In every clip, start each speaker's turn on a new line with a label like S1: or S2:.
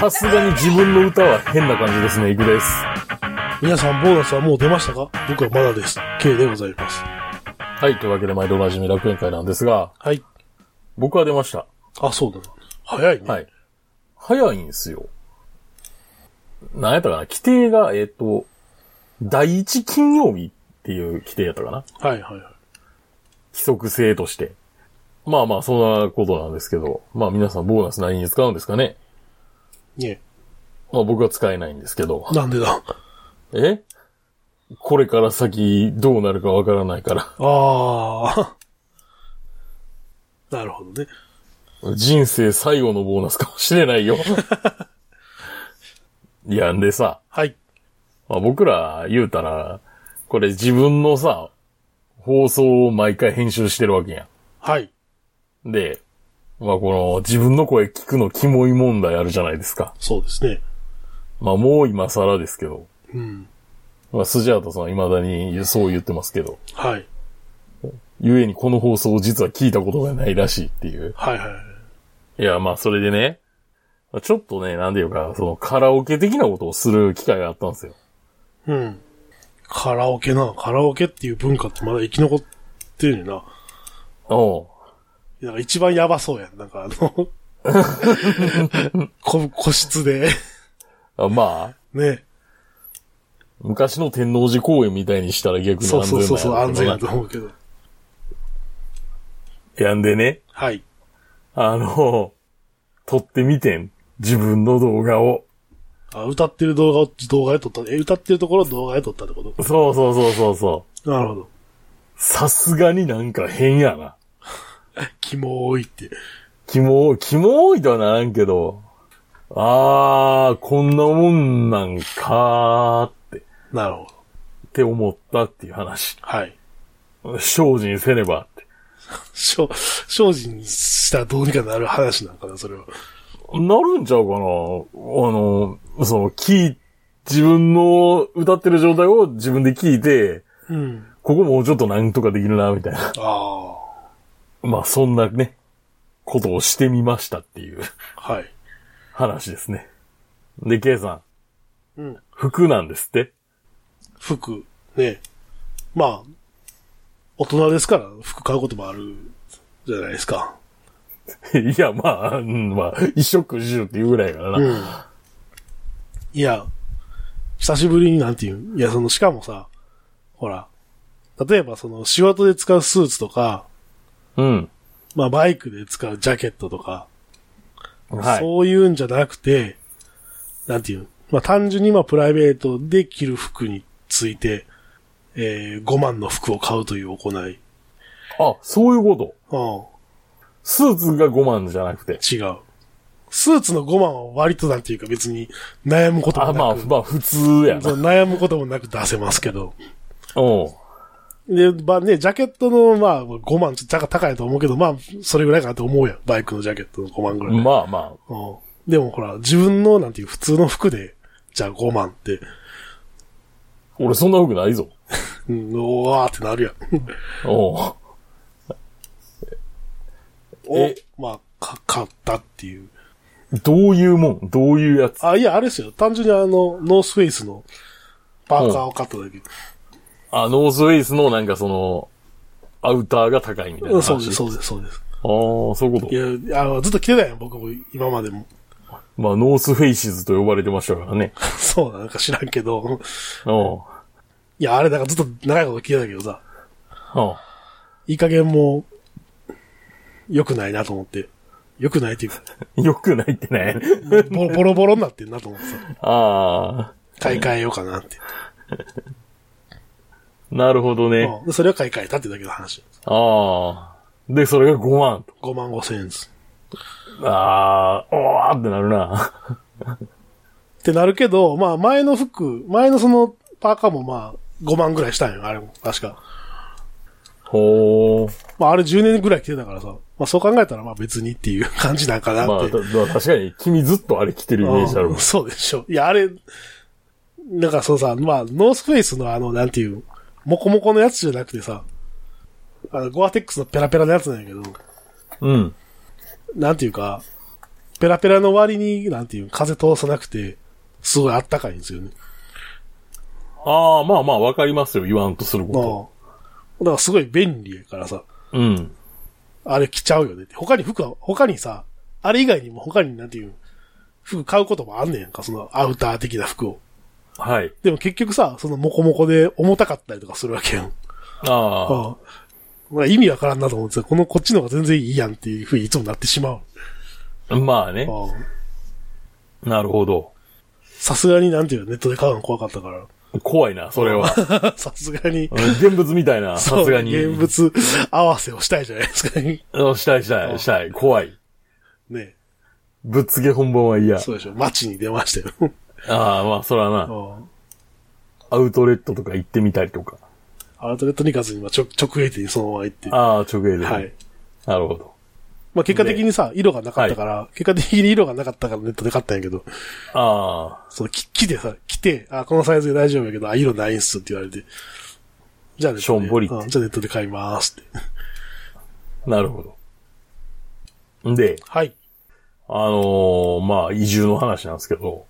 S1: さすがに自分の歌は変な感じですね、いくです。
S2: 皆さんボーナスはもう出ましたか僕はまだです。K でございます。
S1: はい、というわけで毎度おなじみ楽園会なんですが、
S2: はい。
S1: 僕は出ました。
S2: あ、そうだな。早いね。
S1: はい。早いんですよ。なんやったかな規定が、えっ、と、第一金曜日っていう規定やったかな
S2: はい、はい、はい。
S1: 規則性として。まあまあ、そんなことなんですけど、まあ皆さんボーナス何に使うんですかね
S2: ね
S1: まあ僕は使えないんですけど。
S2: えなんでだ。
S1: えこれから先どうなるかわからないから。
S2: あー。 なるほどね。
S1: 人生最後のボーナスかもしれないよ。いや、んでさ、
S2: はい。
S1: まあ、僕ら言うたら、これ自分のさ、放送を毎回編集してるわけや
S2: はい。
S1: ん。で、まあこの自分の声聞くのキモい問題あるじゃないですか。
S2: そうですね。
S1: まあもう今更ですけど、
S2: うん。
S1: まあスジャータさんは未だにそう言ってますけど、
S2: はい。
S1: ゆえにこの放送を実は聞いたことがないらしいっていう。
S2: はい、はい。
S1: いや、まあそれでね、まあちょっとね、なんていうか、そのカラオケ的なことをする機会があったんですよ。
S2: うん。カラオケな。カラオケっていう文化ってまだ生き残ってるよな。
S1: おう
S2: なんか一番やばそうやん。なんかあ のこ、個室で。
S1: あまあ、
S2: ね。
S1: 昔の天王寺公園みたいにしたら逆に安全
S2: そう
S1: だ
S2: そうそうそう、安全
S1: や
S2: やと思うけど。
S1: やんでね、
S2: はい。
S1: あの、撮ってみてん。自分の動画を。
S2: あ、歌ってる動画を、動画で撮った。え、歌ってるところを動画で撮ったってこ
S1: そうそうそうそうそう。
S2: となるほど。
S1: さすがになんか変やな。
S2: キモーいって。
S1: キモ、キモいとはならんけど、あー、こんなもんなんかーって、
S2: なるほど。
S1: って思ったっていう話。
S2: はい。
S1: 精進せねばって。
S2: しょ、精進にしたらどうにかなる話なのかな、それは。
S1: なるんちゃうかなあの、その、聞い、自分の歌ってる状態を自分で聞いて、
S2: うん。
S1: ここもうちょっとなんとかできるな、みたいな。
S2: あ
S1: まあ、そんなね、ことをしてみましたっていう
S2: あ。はい。
S1: 話ですね。で、ケイさん、
S2: うん。
S1: 服なんですって
S2: 服、ね。まあ、大人ですから服買うこともあるじゃないですか。
S1: いや、まあ、うん、まあ、一食十っていうぐらいやからな。
S2: うん。いや、久しぶりになんていうん。いや、その、しかもさ、ほら、例えばその、仕事で使うスーツとか、
S1: うん。
S2: まあ、バイクで使うジャケットとか、
S1: はい。
S2: そういうんじゃなくて、なんていうん。まあ、単純にまあ、プライベートで着る服について、えー、5万の服を買うという行い。
S1: あ、そういうこと。
S2: うん。
S1: スーツが5万じゃなくて。
S2: 違う。スーツの5万は割となんていうか別に悩むことも
S1: あ、
S2: なく、
S1: まあ、まあ、普通や
S2: そう
S1: な。
S2: 悩むこともなく出せますけど。
S1: おう
S2: で、まあね、ジャケットの、まあ、5万、ちょっと高高いと思うけど、まあ、それぐらいかなと思うやん。バイクのジャケットの5万ぐらい。
S1: ん。まあまあ、
S2: うんでもほら、自分の、なんていう、普通の服で、じゃあ5万って、
S1: 俺そんな服ないぞ。
S2: うん、うわーってなるやん。
S1: おう
S2: お
S1: え、
S2: まあ、か、買ったっていう。
S1: どういうもんどういうやつ
S2: あ、いや、あれですよ。単純にあの、ノースフェイスの、パーカーを買っただけ。
S1: あ、ノースウェイスのなんかその、アウターが高いみたいな
S2: うん、
S1: 話。
S2: そうです、そうです、そうです。
S1: ああ、そういうこ
S2: い
S1: と。
S2: や、あの、ずっと着てたやん、僕も、今までも。
S1: まあ、ノースフェイシズと呼ばれてましたからね。
S2: そうなんか知らんけど。
S1: うん。うん。
S2: いや、あれ、なんかずっと長いこと着てたけどさ、いい加減もう、良くないなと思って。良くないっていうか、
S1: よくないってね。
S2: ボロボ ロボロになってんなと思ってさ、
S1: ああ、
S2: 買い替えようかなって。
S1: なるほどね。
S2: うんでそれは買い替えたってだけの話。
S1: ああ。で、それが5万と。
S2: 5万5千円です。
S1: ああ、おーってなるな。
S2: ってなるけど、まあ、前の服、前のその、パーカーもまあ、5万ぐらいしたんよ、あれも。確か。
S1: ほー。
S2: まあ、あれ10年ぐらい着てたからさ、まあ、そう考えたらまあ別にっていう 感じなんかなって。
S1: まあ、たまあ確かに、君ずっとあれ着てるイメージあるもん
S2: うんそうでしょ。いや、あれ、なんかそうさ、まあ、ノースフェイスのあの、なんていう、モコモコのやつじゃなくてさ、あの、ゴアテックスのペラペラのやつなんやけど、
S1: うん。
S2: なんていうか、ペラペラの割に、なんていう、風通さなくて、すごいあったかいんですよね。
S1: ああ、まあまあ、わかりますよ、言わんとする
S2: まあ
S1: こ。
S2: だからすごい便利やからさ、
S1: と。うん。
S2: あれ着ちゃうよねって。他に服は、他にさ、あれ以外にも他になんていう、服買うこともあんねやんか、そのアウター的な服を。
S1: はい。
S2: でも結局さ、そのモコモコで重たかったりとかするわけやん。
S1: ああ、
S2: ああ。まあ意味わからんなと思ってさ、このこっちの方が全然いいやんっていうふうにいつもなってしまう。
S1: まあね。
S2: ああ
S1: なるほど。
S2: さすがになんていうのネットで買うの怖かったか
S1: 怖いな、それは。
S2: ら。さすがに。
S1: 現物みたいな、さすがに。
S2: そう現物合わせをしたいじゃないですか。 ね
S1: うんしたいしたい、したい。怖い。ぶっつけ本番は嫌。
S2: そうでしょ。街に出ましたよ。
S1: ああ、まあ、そらな。
S2: あ
S1: アウトレットとか行ってみたりとか。
S2: あアウトレットに行かずに、まあ、直直営店にそのまま行って。は
S1: ああ、直営で。
S2: い。。
S1: なるほど。
S2: まあ、結果的にさ、色がなかったから、結果的に色がなかったからネットで買ったんやけど、
S1: ああ、
S2: その、き来てさ、来て、あ、このサイズで大丈夫やけど、あ、色ないんすって言われて、じゃあネットで、
S1: しょんぼりって
S2: うんじゃあネットで買いますって。
S1: なるほど。んで、
S2: はい。
S1: あのーまあ、移住の話なんですけど、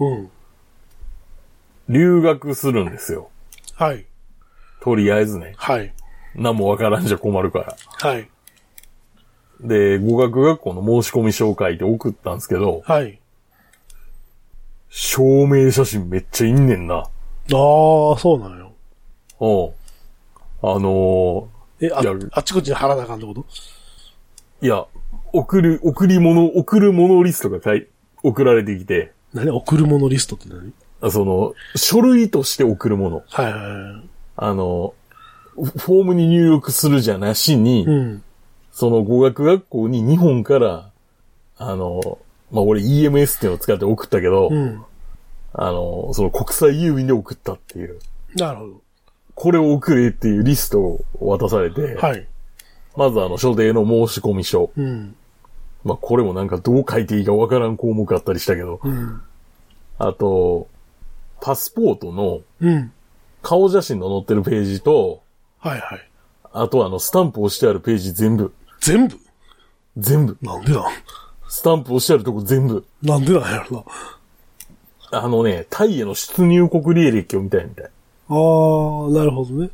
S2: うん。
S1: 留学するんですよ。
S2: はい。
S1: とりあえずね。
S2: はい。
S1: 何もわからんじゃ困るから。
S2: はい。
S1: で、語学学校の申し込み紹介で送ったんですけど、
S2: はい。
S1: 証明写真めっちゃいんねんな。
S2: ああ、そうなのよ。
S1: うん。あの
S2: え、あ
S1: いや、
S2: あっちこっちに貼らなあかんってこと
S1: ーいや、送る、送り物、送るものリストが書い送られてきて、
S2: 何贈るものリストって何
S1: その、書類として送るもの。
S2: はいはいは
S1: あの、フフォームに入力するじゃなしに、
S2: い。うん。
S1: その語学学校に日本から、あの、まあ、俺 EMS っていうのを使って送ったけど、
S2: うん。
S1: あの、その国際郵便で送ったっていう、
S2: なるほど。
S1: これを送れっていうリストを渡されて、
S2: はい。
S1: まずあの、所定の申し込み書。
S2: うん。
S1: まあ、これもなんかどう書いていいかわからん項目あったりしたけど、
S2: うん。
S1: あと、パスポートの
S2: うん。
S1: 顔写真の載ってるページと、
S2: はいはい。
S1: あとあの、スタンプをしてあるページ全部、
S2: 全部
S1: 全部、
S2: なんでなん
S1: スタンプをしてあるとこ全部、
S2: なんでなんやろな。
S1: あのね、タイへの出入国履歴を見たいみたい。
S2: あー、なるほどね。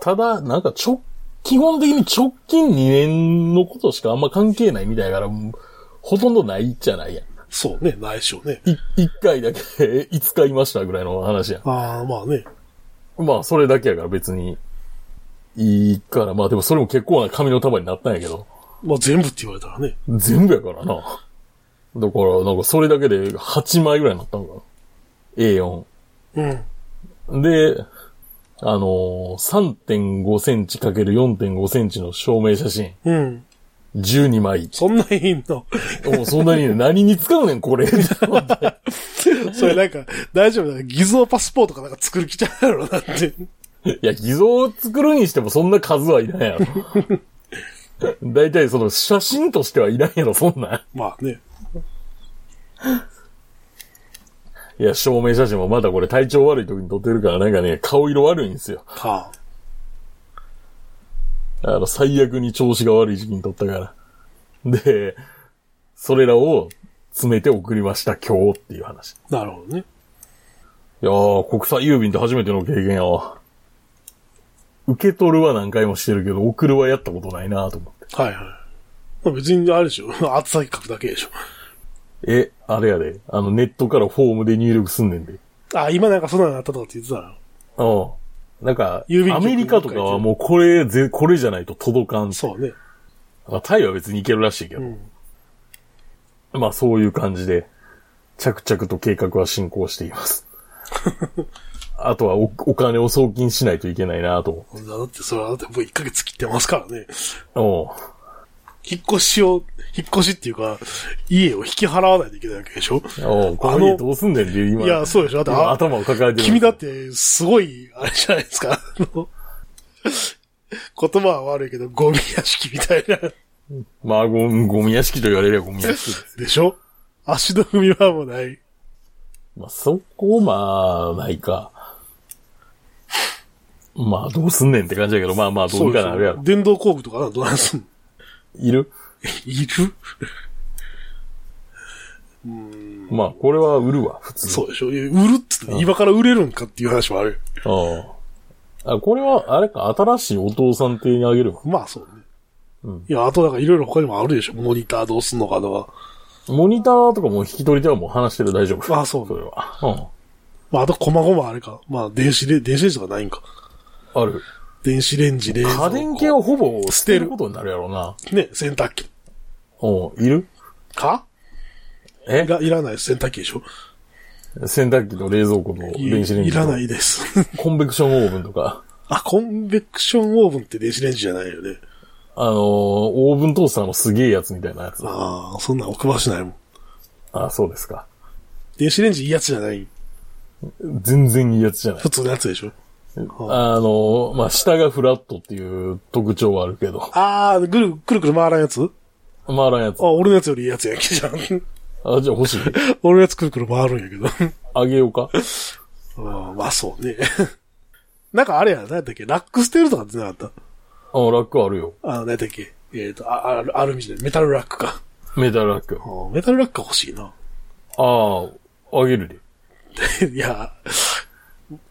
S1: ただ、なんかちょ、基本的に直近2年のことしかあんま関係ないみたいだから、うんほとんどないじゃないやん。
S2: そうね、ないしょね。
S1: い、1回だけ、 いつ買いましたぐらいの話や
S2: あー、まあね。
S1: ん。まあ、それだけやから別に、いいから、まあでもそれも結構な紙の束になったんやけど、
S2: まあ全部って言われたらね。
S1: 全部やからな。だから、なんかそれだけで8枚ぐらいになったんかな。A4。
S2: うん。
S1: で、あのー3.5センチ ×4.5 センチの証明写真、
S2: うん。
S1: 12枚。
S2: そんないいん の
S1: もうそんなにね何に使うねん、これ。
S2: それなんか、大丈夫だ。偽造パスポートかなんか作る気ちゃうやろなって。
S1: いや、偽造を作るにしてもそんな数はいらんやろ。大体その写真としてはいらんやろ、そんなん。
S2: まあね。
S1: いや、証明写真もまだこれ体調悪い時に撮ってるからなんかね、顔色悪いんですよ。
S2: はあ。
S1: あの、最悪に調子が悪い時期に撮ったから。で、それらを詰めて送りました、今日っていう話。
S2: なるほどね。
S1: いやー、国際郵便って初めての経験やわ。受け取るは何回もしてるけど、送るはやったことないなと思って。
S2: はいはい。まあ別にあれでしょ。厚さ書くだけでしょ。
S1: え、あれやで。あの、ネットからフォームで入力すんねんで。
S2: あ、今なんかそんなのあったとかって言ってたな。
S1: うん。なんか
S2: 郵便、
S1: ア
S2: 局
S1: メリカとかはもうこれ、ぜ、これじゃないと届かん。
S2: そうね。
S1: まあ、タイは別にいけるらしいけど。
S2: ん
S1: まあ、そういう感じで、着々と計画は進行してい ます。あとはお、お金を送金しないといけないなと
S2: だってそれはだってもう1ヶ月切ってますからね。
S1: 思って。うん。
S2: 引っ越しを、引っ越しっていうか、家を引き払わないといけないわけでしょ
S1: おうこ
S2: あ
S1: の
S2: の
S1: 家どうすんねんっていう、今。
S2: いや、そうでしょだって
S1: 今
S2: あ
S1: 頭を抱えてる。
S2: 君だって、すごい、あれじゃないですか。あの言葉は悪いけど、ゴミ屋敷みたいな。
S1: まあ、ゴゴミ屋敷と言われればゴミ屋敷です。
S2: でしょ足の踏み場もない。
S1: まあ、そこ、まあ、ないか。まあ、どうすんねんって感じだけど、まあまあ、どうにかなるやろ。
S2: 電動工具とかな、どうなんすんの
S1: いる
S2: いるうん。
S1: まあ、これは売るわ、普通に。
S2: そうでしょ。いや売るっつって、今から売れるんかっていう話もある。
S1: ああ。あ、これは、あれか、新しいお父さん邸にあげるわ。
S2: まあそうね。
S1: うん
S2: いや、あとなんかいろいろ他にもあるでしょ。モニターどうすんのかとか。
S1: モニターとかも引き取り手はもう話してる大丈夫。
S2: あそう
S1: それは。
S2: まあ、あと、こまごまあれか。まあ、電子レ、電子レンジとかないんか。
S1: うん。ある。
S2: 電子レンジ、冷蔵庫
S1: 家電系はほぼ
S2: 捨
S1: 捨
S2: て
S1: て
S2: る
S1: ることになるやろうな。
S2: ね、洗濯機。
S1: うん、いる
S2: か
S1: え
S2: いら、いらないです洗濯機でしょ。
S1: 洗濯機と冷蔵庫と
S2: い
S1: 電子レンジ。。
S2: いらないいです。
S1: コンベクションオーブンとか、
S2: あ、コンベクションオーブンって電子レンジじゃないよね。
S1: あのーオーブントースターのすげえやつみたいなやつ。
S2: ああ、そんなん置く場所ないもん。
S1: あ、そうですか。
S2: 電子レンジいいやつじゃない。
S1: 全然いいやつじゃない
S2: 普。通のやつでしょ。
S1: あの、まあ、下がフラットっていう特徴はあるけど、
S2: ああ、ぐる、くるくる回らんやつ
S1: 回らんやつ
S2: あ、。俺のやつよりいいやつやんけじゃん。
S1: あ、じゃあ欲しい。
S2: 俺のやつくるくる回るんやけど。
S1: あげようか。
S2: あーまあそうね。 なんかあれやな、何やったっけラックステールとかってなかった
S1: あの、ラックあるよ。
S2: あの、何やったっけえっ、と、あ、あアルミじゃない、メタルラックか。
S1: メタルラック
S2: あ。ーメタルラック欲しいな。
S1: ああ、あげるで。
S2: いや、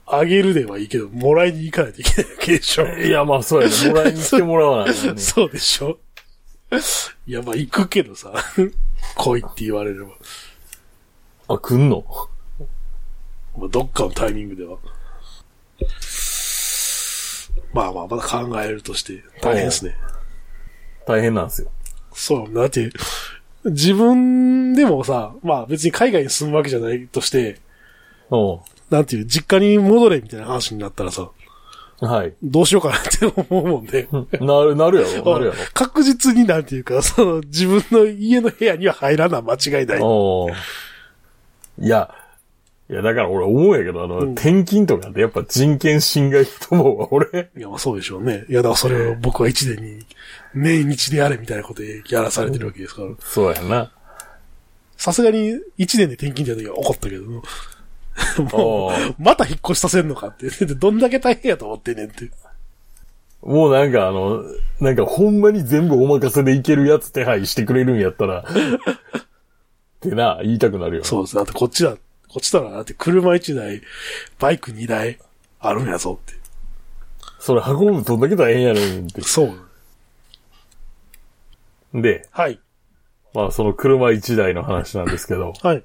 S2: あげるではいいけど、もらいに行かないといけないわけでしょ。
S1: いや、まあ、そうやね。もらいに来てもらわない とね。
S2: そうでしょ。いや、まあ行くけどさ、 来いって言われれば、
S1: あ、来んの
S2: まあ、どっかのタイミングでは。まあまあ、まだ考えるとして、大変ですね。
S1: 大変なんですよ。
S2: そう、だって、自分でもさ、まあ別に海外に住むわけじゃないとして、
S1: う
S2: なんていう、実家に戻れみたいな話になったらさ、
S1: ん。はい。
S2: どうしようかなって思うもんで、
S1: なる、なるやろ、なるや
S2: 確実になんていうか、その自分の家の部屋には入らない間違いない。
S1: ろ。うん。いや、いや、だから俺思うんやけど、あの、転勤とかってやっぱ人権侵害と思うわ、俺。
S2: いや、まあそうでしょうね。いや、だからそれを僕は一年に、年一でやれみたいなことでやらされてるわけですから。
S1: そうやな。
S2: さすがに一年で転勤って時は怒ったけど、も
S1: おー
S2: う、また引っ越しさせんのかって。 でどんだけ大変やと思ってんねんって。
S1: もうなんかあの、なんかほんまに全部お任せでいけるやつ手配してくれるんやった ら、ってな、言いたくなるよ。
S2: そうです。だってこっちだ、こっちだらだって車1台、バイク2台、あるんやぞって。
S1: それ運ぶのどんだけ大変やねんって。
S2: そう。
S1: で、
S2: はい。
S1: まあその車一台の話なんですけ ど、
S2: はい。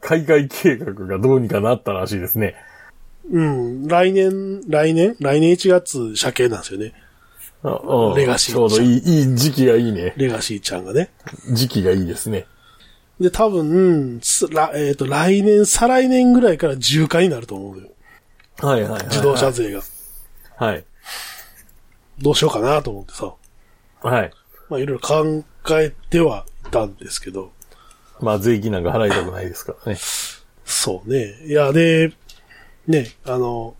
S1: 海外計画がどうにかなったらしいですね。
S2: うん。来年、来年来年1月、車検なんですよね。
S1: あうん
S2: レガシー
S1: ちょうどいい、いい時期がいいね。
S2: レガシーちゃんがね。
S1: 時期がいいですね。
S2: で、多分、すらえっ、と、来年、再来年ぐらいから重化になると思うのよ。
S1: はいはいはい、
S2: 自動車税が。
S1: はい。
S2: どうしようかなと思ってさ。
S1: はい。
S2: まあ、いろいろ考えてはいたんですけど。
S1: まあ税金なんか払いたくないですからね。
S2: そうね。いや、で、ね、あの、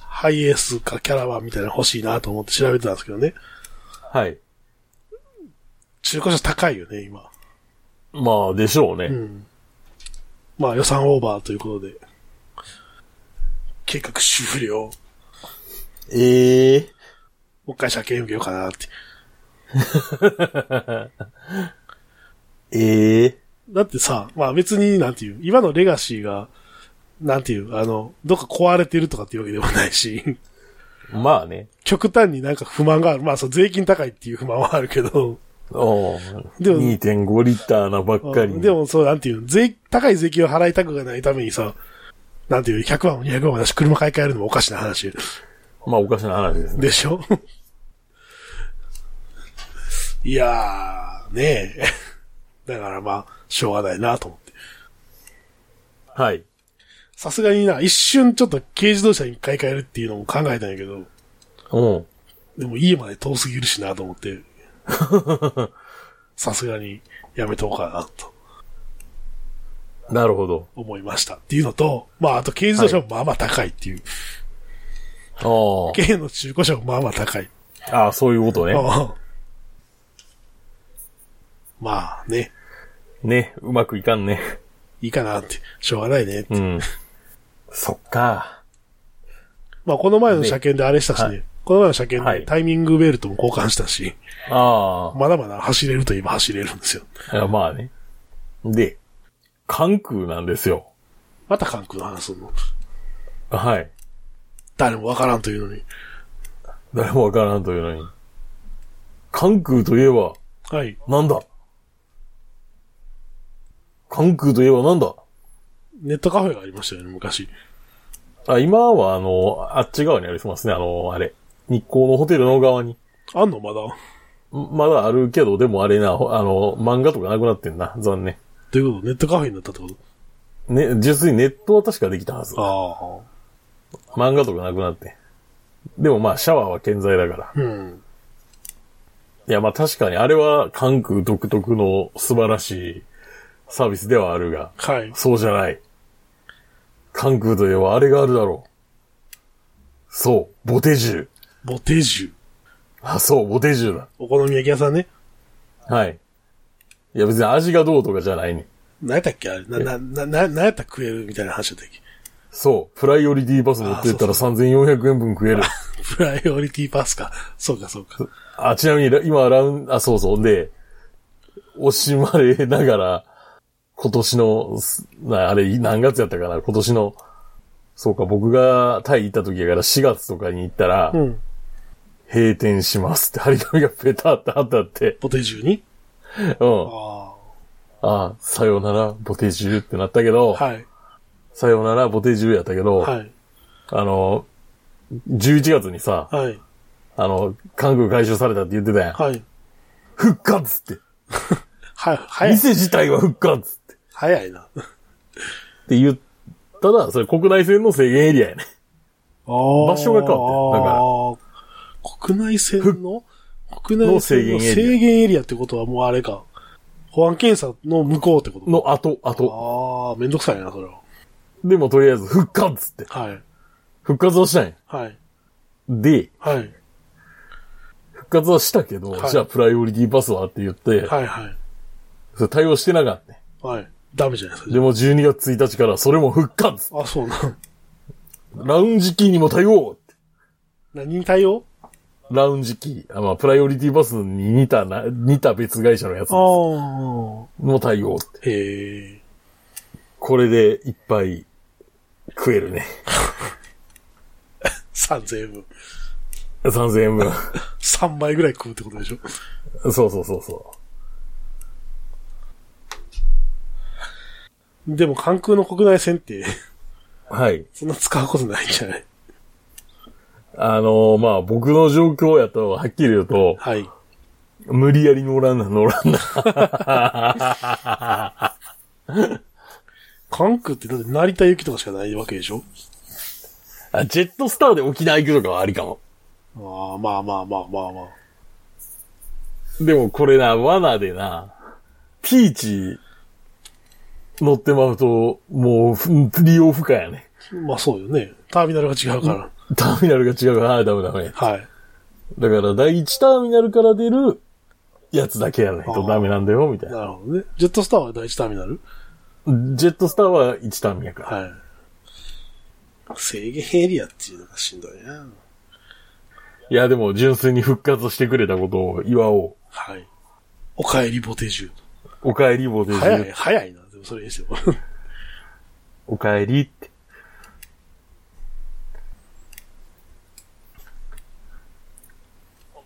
S2: ハイエースかキャラバンみたいなの欲しいなと思って調べてたんですけどね。
S1: はい。
S2: 中古車高いよね、今。
S1: まあでしょうね。
S2: うん。まあ予算オーバーということで。計画終了。も
S1: ええ
S2: う一回車検受けようかなって。
S1: ええ
S2: だってさ、まあ別になんていう、今のレガシーが、なんていう、あの、どっか壊れてるとかっていうわけでもないし、
S1: まあね。
S2: 極端になんか不満がある。まあそう、税金高いっていう不満はあるけど、
S1: お
S2: でも
S1: 2.5リッターなばっかりに。
S2: でもそう、なんていう、税、高い税金を払いたくがないためにさ、なんていう、100万も200万も出し車買い替えるのもおかしな話。
S1: まあおかしな話ですね。
S2: でしょいやー、ねえ。だからまあ、しょうがないなと思って。
S1: はい。
S2: さすがにな、一瞬ちょっと軽自動車に買い替えるっていうのも考えたんやけ
S1: う
S2: ど、
S1: ん。
S2: でも家まで遠すぎるしなと思 って。さすがにやめとこうかなと
S1: なるほど。
S2: 思いました。っていうのと、まああと軽自動車もまあまあ高いっていう。
S1: あ
S2: 軽の中古車もまあまあ高い。
S1: あ。ああ、そういうことね。
S2: ああまあね、
S1: ね、うまくいかんね。
S2: いいかなって、しょうがないねって。
S1: うん。そっか。
S2: まあ、この前の車検であれしたしね。
S1: ねはい
S2: この前の車検
S1: は
S2: で
S1: い
S2: タイミングベルトも交換したし、
S1: あ
S2: まだまだ走れるといえば走れるんですよ。
S1: あ。まあね。で、関空なんですよ。
S2: また関空の話すんの。
S1: はい。
S2: 誰もわからんというのに。
S1: 誰もわからんというのに。関空といえば、
S2: はい。
S1: なんだ関空といえばなんだ
S2: ネットカフェがありましたよね、昔。
S1: あ、今はあの、あっち側にありますね。あの、あれ。日光のホテルの側に。
S2: あんのまだ。
S1: んまだあるけど、でもあれな、ほあの、漫画とかなくなってんな。残念。
S2: ということネットカフェになったってこ
S1: ね、純粋にネットは確かできたはず
S2: と。。あ
S1: 漫画とかなくなって。でもまあ、シャワーは健在だから。
S2: あ。うん。
S1: いやまあ確かに、あれは関空独特の素晴らしいサービスではあるが、
S2: はい。
S1: そうじゃない。関空といえばあれがあるだろう。そう、ボテジュ
S2: ボテジュ。
S1: あ、そう、ボテジュだ。
S2: お好み焼き屋さんね。
S1: はい。いや別に味がどうとかじゃないね。
S2: 何やったっけあれ。な、な、な、な、何やったら食えるみたいな話だったっけ
S1: そう、プライオリティバス持ってったら
S2: あ
S1: 3400円分食える。
S2: プライオリティパスか。 そうか、そうか。
S1: あ、ちなみに、ら今、ラウン、あ、そうそう。で、惜しまれながら、今年の、すなあれ、何月やったかな今年の、そうか、僕がタイ行った時やから4月とかに行ったら、
S2: うん。
S1: 閉店しますって張り紙がペタって貼ってあって、
S2: ボテジュに
S1: うん。
S2: あ
S1: あ、さよなら、ボテジュってなったけど、
S2: あ。はい。
S1: さよなら、ボテジュやったけど、
S2: はい。
S1: あの、11月にさ、
S2: はい。
S1: あの、韓国回収されたって言ってたやん。
S2: はい。
S1: 復活って。
S2: は、早い。
S1: 店自体は復活って。
S2: 早いな。あ
S1: って言ったら、それ国内線の制限エリアやね。
S2: あ。
S1: 場所が変わってるだから
S2: ああ。国内線の国内線の
S1: の制限エリア
S2: 制限エリアってことはもうあれか。保安検査の向こうってこと
S1: の後、後。
S2: ああ、めんどくさいな、それは。
S1: でもとりあえず復活って。
S2: はい。
S1: 復活はしたんや。
S2: はい。
S1: で、
S2: はい。
S1: 復活はしたけど、
S2: はい
S1: じゃあプライオリティパスはって言って、
S2: はい、はい。
S1: それ対応してなかったね。
S2: はい。ダメじゃないですか。
S1: でも12月1日からそれも復活
S2: あ、そうな。
S1: ラウンジキーにも対応って
S2: 何に対応
S1: ラウンジキー。あまあ、プライオリティパスに似たな、似た別会社のやつの
S2: ああ。
S1: 対応って。
S2: へえ。
S1: これでいっぱい食えるね。
S2: 3000円分。
S1: 3000円 分。
S2: 3倍ぐらい食うってことでしょ。
S1: そうそうそうそう。
S2: でも関空の国内線って、
S1: はい。
S2: そんな使うことないんじゃない
S1: あのーまあ、僕の状況やと、はっきり言うと、
S2: はい。
S1: 無理やり乗らんな、 乗らんな。
S2: 関空ってだって成田行きとかしかないわけでしょ
S1: あジェットスターで沖縄行くとかはありかも。
S2: ああ、まあまあまあまあまあ。
S1: でもこれな、罠でな、ピーチ乗ってまうと、もうふ、利用不可やね。
S2: まあそうよね。ターミナルが違うから。
S1: ターミナルが違うから、あーダメダメ。
S2: はい。
S1: だから、第一ターミナルから出るやつだけやないとダメなんだよ、みたいな。
S2: なるほどね。ジェットスターは第一ターミナル
S1: ジェットスターは1ターミナルから。
S2: はい。制限エリアっていうのがしんどいな。
S1: いや、でも、純粋に復活してくれたことを祝おう。
S2: はい。お帰りボテジュ。
S1: お帰りボデジ
S2: 早
S1: ュ
S2: い、早いな。でもそれにしても。
S1: おかえりって。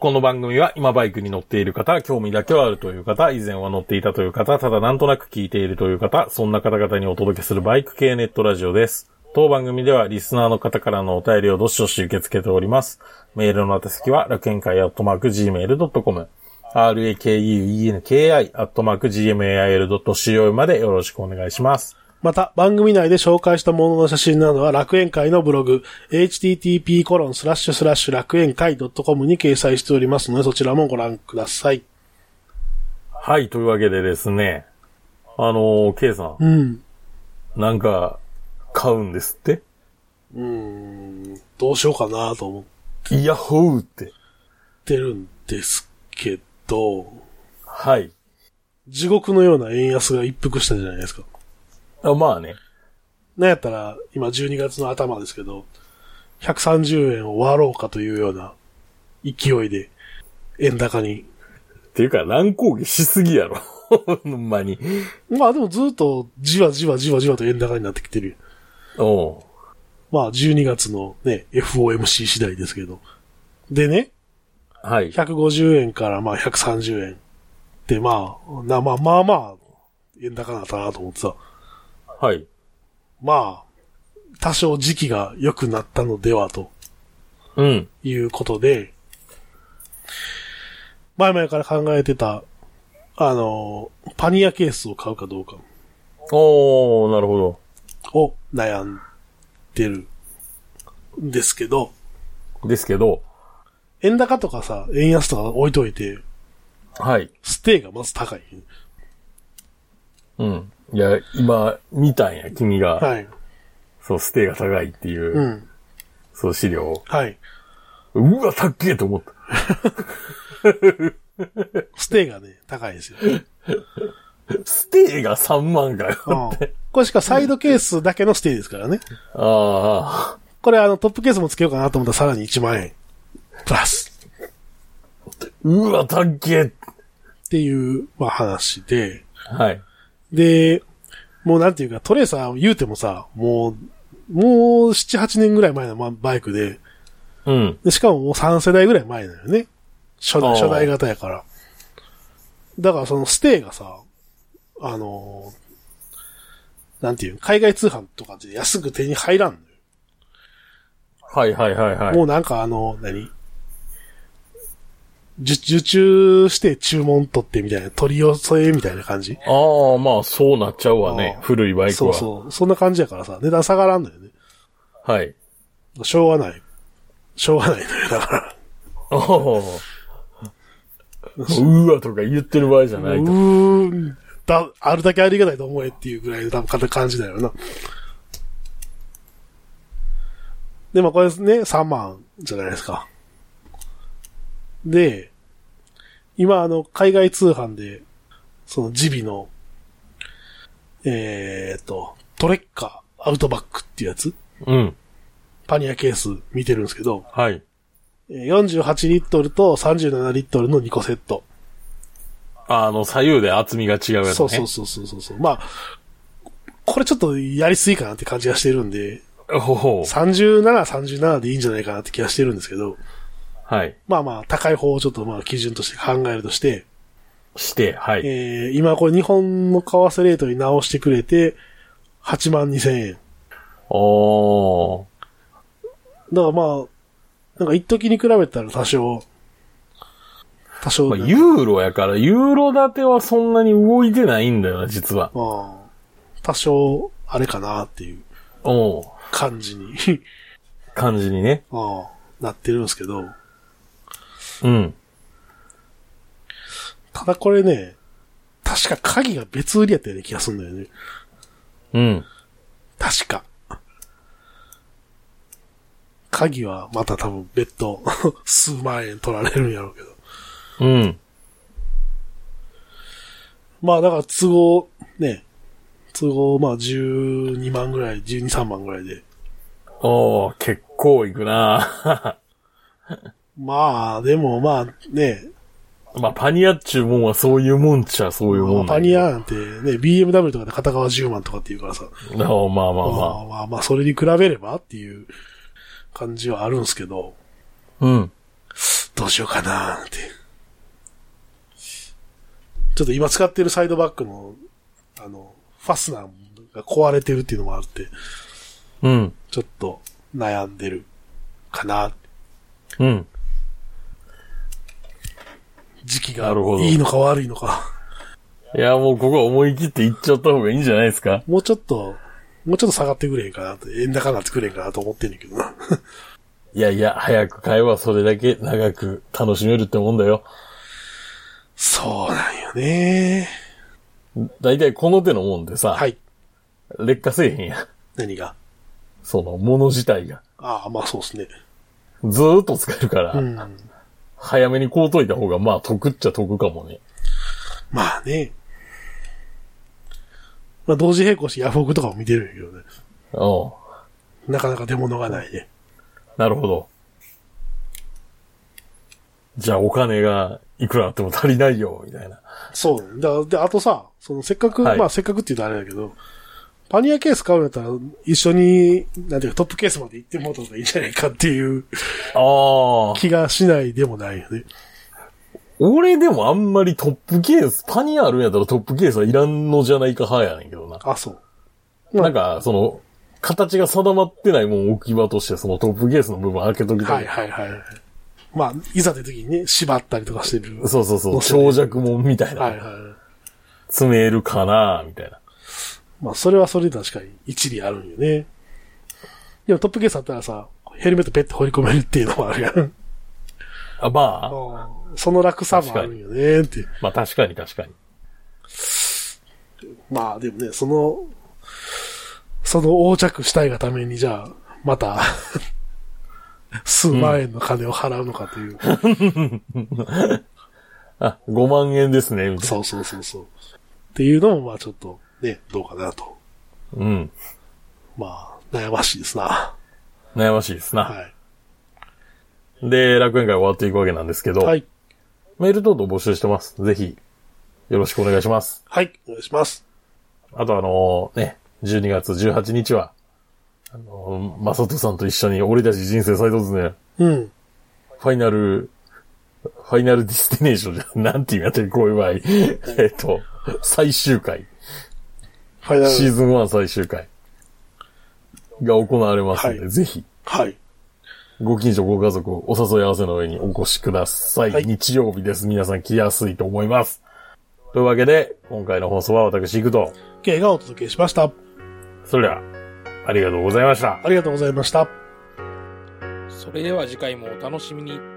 S1: この番組は今バイクに乗っている方、興味だけはあるという方、以前は乗っていたという方、ただなんとなく聞いているという方、そんな方々にお届けするバイク系ネットラジオです。当番組ではリスナーの方からのお便りをどしどし受け付けております。メールの宛先は楽園会アットマーク Gmail.com、rakuenki アットマーク Gmail.co までよろしくお願いします。
S2: また、番組内で紹介したものの写真などは楽園会のブログ、http コロンスラッシュスラッシュ楽園会 .com に掲載しておりますので、そちらもご覧ください。
S1: はい、というわけでですね。あのー、K さん、
S2: うん。
S1: なんか、買うんですって
S2: うーん、どうしようかなと思っ
S1: イヤホーって。
S2: てるんですけど、
S1: はい。
S2: 地獄のような円安が一服したじゃないですか。
S1: あまあね。
S2: なんやったら、今12月の頭ですけど、130円を割ろうかというような勢いで、円高に。
S1: っていうか、乱高下しすぎやろ。 ほんまに。
S2: まあでもずっとじわじわじわじわと円高になってきてるよ。
S1: おう
S2: まあ12月のね、FOMC 次第ですけど。でね、
S1: はい。
S2: 150円からまあ130円でまあ、なまあまあまあ、円高だったなと思ってさ。
S1: はい。
S2: まあ、多少時期が良くなったのではと
S1: うん。
S2: いうことで、前々から考えてた、あの、パニアケースを買うかどうか
S1: おー、なるほ
S2: を悩んでるんですけど、
S1: ど。ですけど、
S2: 円高とかさ、円安とか置いといて、
S1: はい。
S2: ステイがまず高い。
S1: うん。いや、今、見たんや、君が。
S2: はい。
S1: そう、ステイが高いっていう、
S2: うん。
S1: そう、資料を。
S2: はい。
S1: うわ、高っけえと思った。
S2: ステイがね、高いんです よ。
S1: ステイが3万かよ。
S2: うん。これしかサイドケースだけのステイですからね。
S1: ああ、
S2: これあのトップケースもつけようかなと思ったらさらに1万円。プラス。
S1: うわ、高っけえ。
S2: っていう、まあ話で。
S1: はい。
S2: で、もうなんていうか、トレーサー言うてもさ、もう、もう7、8年ぐらい前のまバイクで、
S1: うん。
S2: でしかももう3世代ぐらい前だよね。初
S1: あー
S2: 代、初代型やから。だからそのステイがさ、あのーなんていうの海外通販とかで安く手に入らんのよ。
S1: はいはいはいはい。
S2: もうなんかあの、何受受注して注文取ってみたいな、取り寄せみたいな感じ。
S1: ああ、まあ、そうなっちゃうわね
S2: あ。ー
S1: 古いバイクは。
S2: そうそう。そんな感じやからさ、値段下がらんのよね。
S1: はい。
S2: しょうがない。しょうがないのよ、だか
S1: おーうわとか言ってる場合じゃな
S2: ら。う
S1: いと。
S2: ーん。だ、あるだけありがたいと思えっていうぐらいの多分感じだよな。で、まあこれね、3万じゃないですか。で、今あの、海外通販で、そのジビの、えーっと、トレッカーアウトバックっていうやつ
S1: うん。
S2: パニアケース見てるんですけど、
S1: はい。
S2: えー48リットルと37リットルの2個セット。
S1: あの、左右で厚みが違うやつね。
S2: そうそうそうそうそうそう。まあ、これちょっとやりすぎかなって感じがしてるんで、
S1: ほほう
S2: 37、37でいいんじゃないかなって気がしてるんですけど、
S1: はい。
S2: まあまあ、高い方をちょっとまあ基準として考えるとして、
S1: して、はい。
S2: えー、今これ日本の為替レートに直してくれて、8万2千円。
S1: おー。
S2: だからまあ、なんか一時に比べたら多少、多少
S1: ま
S2: な
S1: あ、
S2: んか、
S1: ユーロやから、ユーロ建てはそんなに動いてないんだよな、実は。
S2: まあ、多少、あれかなっていう
S1: おう
S2: 感じに、
S1: 感じにね。
S2: ああ、なってるんですけど、
S1: うん。
S2: ただこれね、確か鍵が別売りやったような気がするんだよね。
S1: うん。
S2: 確か。鍵はまた多分別途 数万円取られるんやろうけど。
S1: うん。
S2: まあだから都合、ね、都合まあ12万ぐらい、12、3万ぐらいで。
S1: おー、結構いくな
S2: まあでもまあね、
S1: まあ、パニアっちゅうもんはそういうもんっちゃそういうもん
S2: パニ
S1: ア。
S2: アなんてね、BMW とかで片側10万とかっていうからさ。
S1: あーまあまあ
S2: ま
S1: ま
S2: あまあまあ、それに比べればっていう感じはあるんですけど。
S1: あ。うん。
S2: どうしようかなーって。ちょっと今使ってるサイドバックの、あの、ファスナーが壊れてるっていうのもあって、
S1: うん。
S2: ちょっと悩んでるかな。
S1: うん。
S2: 時期
S1: な
S2: が
S1: るほど
S2: いいのか悪いのか。
S1: いや、もうここは思い切って行っちゃった方がいいんじゃないですか。
S2: もうちょっと、もうちょっと下がってくれへんかなって、円高になってくれへんかなと思ってんねんけどな。
S1: いやいや、早く買えばそれだけ長く楽しめるってもんだよ。
S2: そうなんよね
S1: だいたいこの手のもんでさ、
S2: はい。
S1: 劣化せえへんや。
S2: 何が
S1: その、もの自体が。
S2: ああ、まあそうですね。
S1: ずーっと使えるから、
S2: うん。
S1: 早めに買うといた方が、まあ、得っちゃ得かもね。
S2: まあね。まあ同時並行してヤフオクとかも見てるんやけどね。
S1: うん。
S2: なかなか出物がないね。
S1: なるほど。じゃあ、お金がいくらあっても足りないよ、みたいな。
S2: そうだね。だで、あとさ、そのせっかく、
S1: はい
S2: まあせっかくって言うとあれだけど、パニアケース買うんやったら、一緒に、なんていうかトップケースまで行ってもらった方がいいんじゃないかっていう
S1: ああ。
S2: 気がしないでもないよね。
S1: 俺でもあんまりトップケース、パニアあるんやったらトップケースはいらんのじゃないか派やねんけどな。
S2: あ、そう。
S1: なんか、その、形が定まってないもん置き場として、そのトップケースの部分開けときた。
S2: はいいはいはい。まあ、いざという時にね、縛ったりとかしてる。
S1: そうそうそう、長尺もんみたいな。
S2: はいはい。
S1: 詰めるかなみたいな。
S2: まあ、それはそれで確かに一理あるんよね。でもトップケースあったらさ、ヘルメットペッて放り込めるっていうのもあるやん。
S1: あ、ま
S2: その楽さもあるよねって。
S1: あ、まあ確かに確かに。
S2: まあでもね、その、その横着したいがためにじゃあ、また、 数万円の金を払うのかという。
S1: あ、5万円ですね、みたい
S2: そうそうそうそう。っていうのもまあちょっとね、どうかなと。
S1: な。うん。
S2: まあ、悩ましいですな。
S1: 悩ましいですな。
S2: は
S1: で、楽園会終わっていくわけなんですけど、
S2: い。はい。
S1: メール等々募集してます。ぜひ、よろしくお願いします。
S2: はい。お願いします。
S1: あとあのね、12月18日は、あのマサトさんと一緒に俺たち人生最突ね、
S2: うん。
S1: ファイナル、ファイナルディスティネーションじゃ、 なんていうやってる、こういう場合。えっと、最終回。
S2: ファイナ
S1: シー
S2: ル。
S1: ズン1最終回。が行われますので、
S2: はい
S1: ぜひ、
S2: はい。
S1: ご近所ご家族をお誘い合わせの上にお越しください。
S2: はい
S1: 日曜日です。皆さん来やすいと思います。というわけで、今回の放送は私行くと、
S2: K がお届けしました。
S1: それでは、ありがとうございました。
S2: ありがとうございました。
S3: それでは次回もお楽しみに。